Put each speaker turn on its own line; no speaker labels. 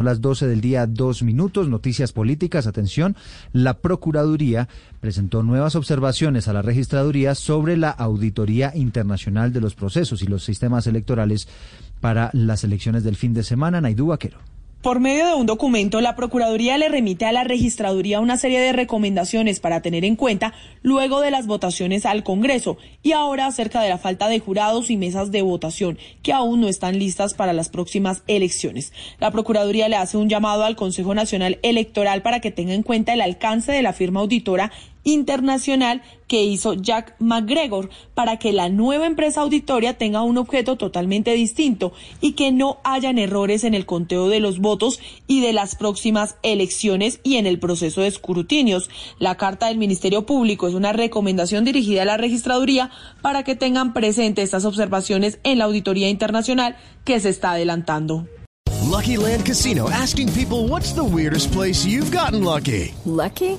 Son las 12 del día, dos minutos, noticias políticas, atención. La Procuraduría presentó nuevas observaciones a la Registraduría sobre la auditoría internacional de los procesos y los sistemas electorales para las elecciones del fin de semana. Naidú Vaquero.
Por medio de un documento, la Procuraduría le remite a la Registraduría una serie de recomendaciones para tener en cuenta luego de las votaciones al Congreso y ahora acerca de la falta de jurados y mesas de votación que aún no están listas para las próximas elecciones. La Procuraduría le hace un llamado al Consejo Nacional Electoral para que tenga en cuenta el alcance de la firma auditora internacional que hizo Jack McGregor para que la nueva empresa auditoria tenga un objeto totalmente distinto y que no hayan errores en el conteo de los votos y de las próximas elecciones y en el proceso de escrutinios. La carta del Ministerio Público es una recomendación dirigida a la registraduría para que tengan presente estas observaciones en la auditoría internacional que se está adelantando.
Lucky Land Casino asking people what's the weirdest place you've gotten lucky?
Lucky?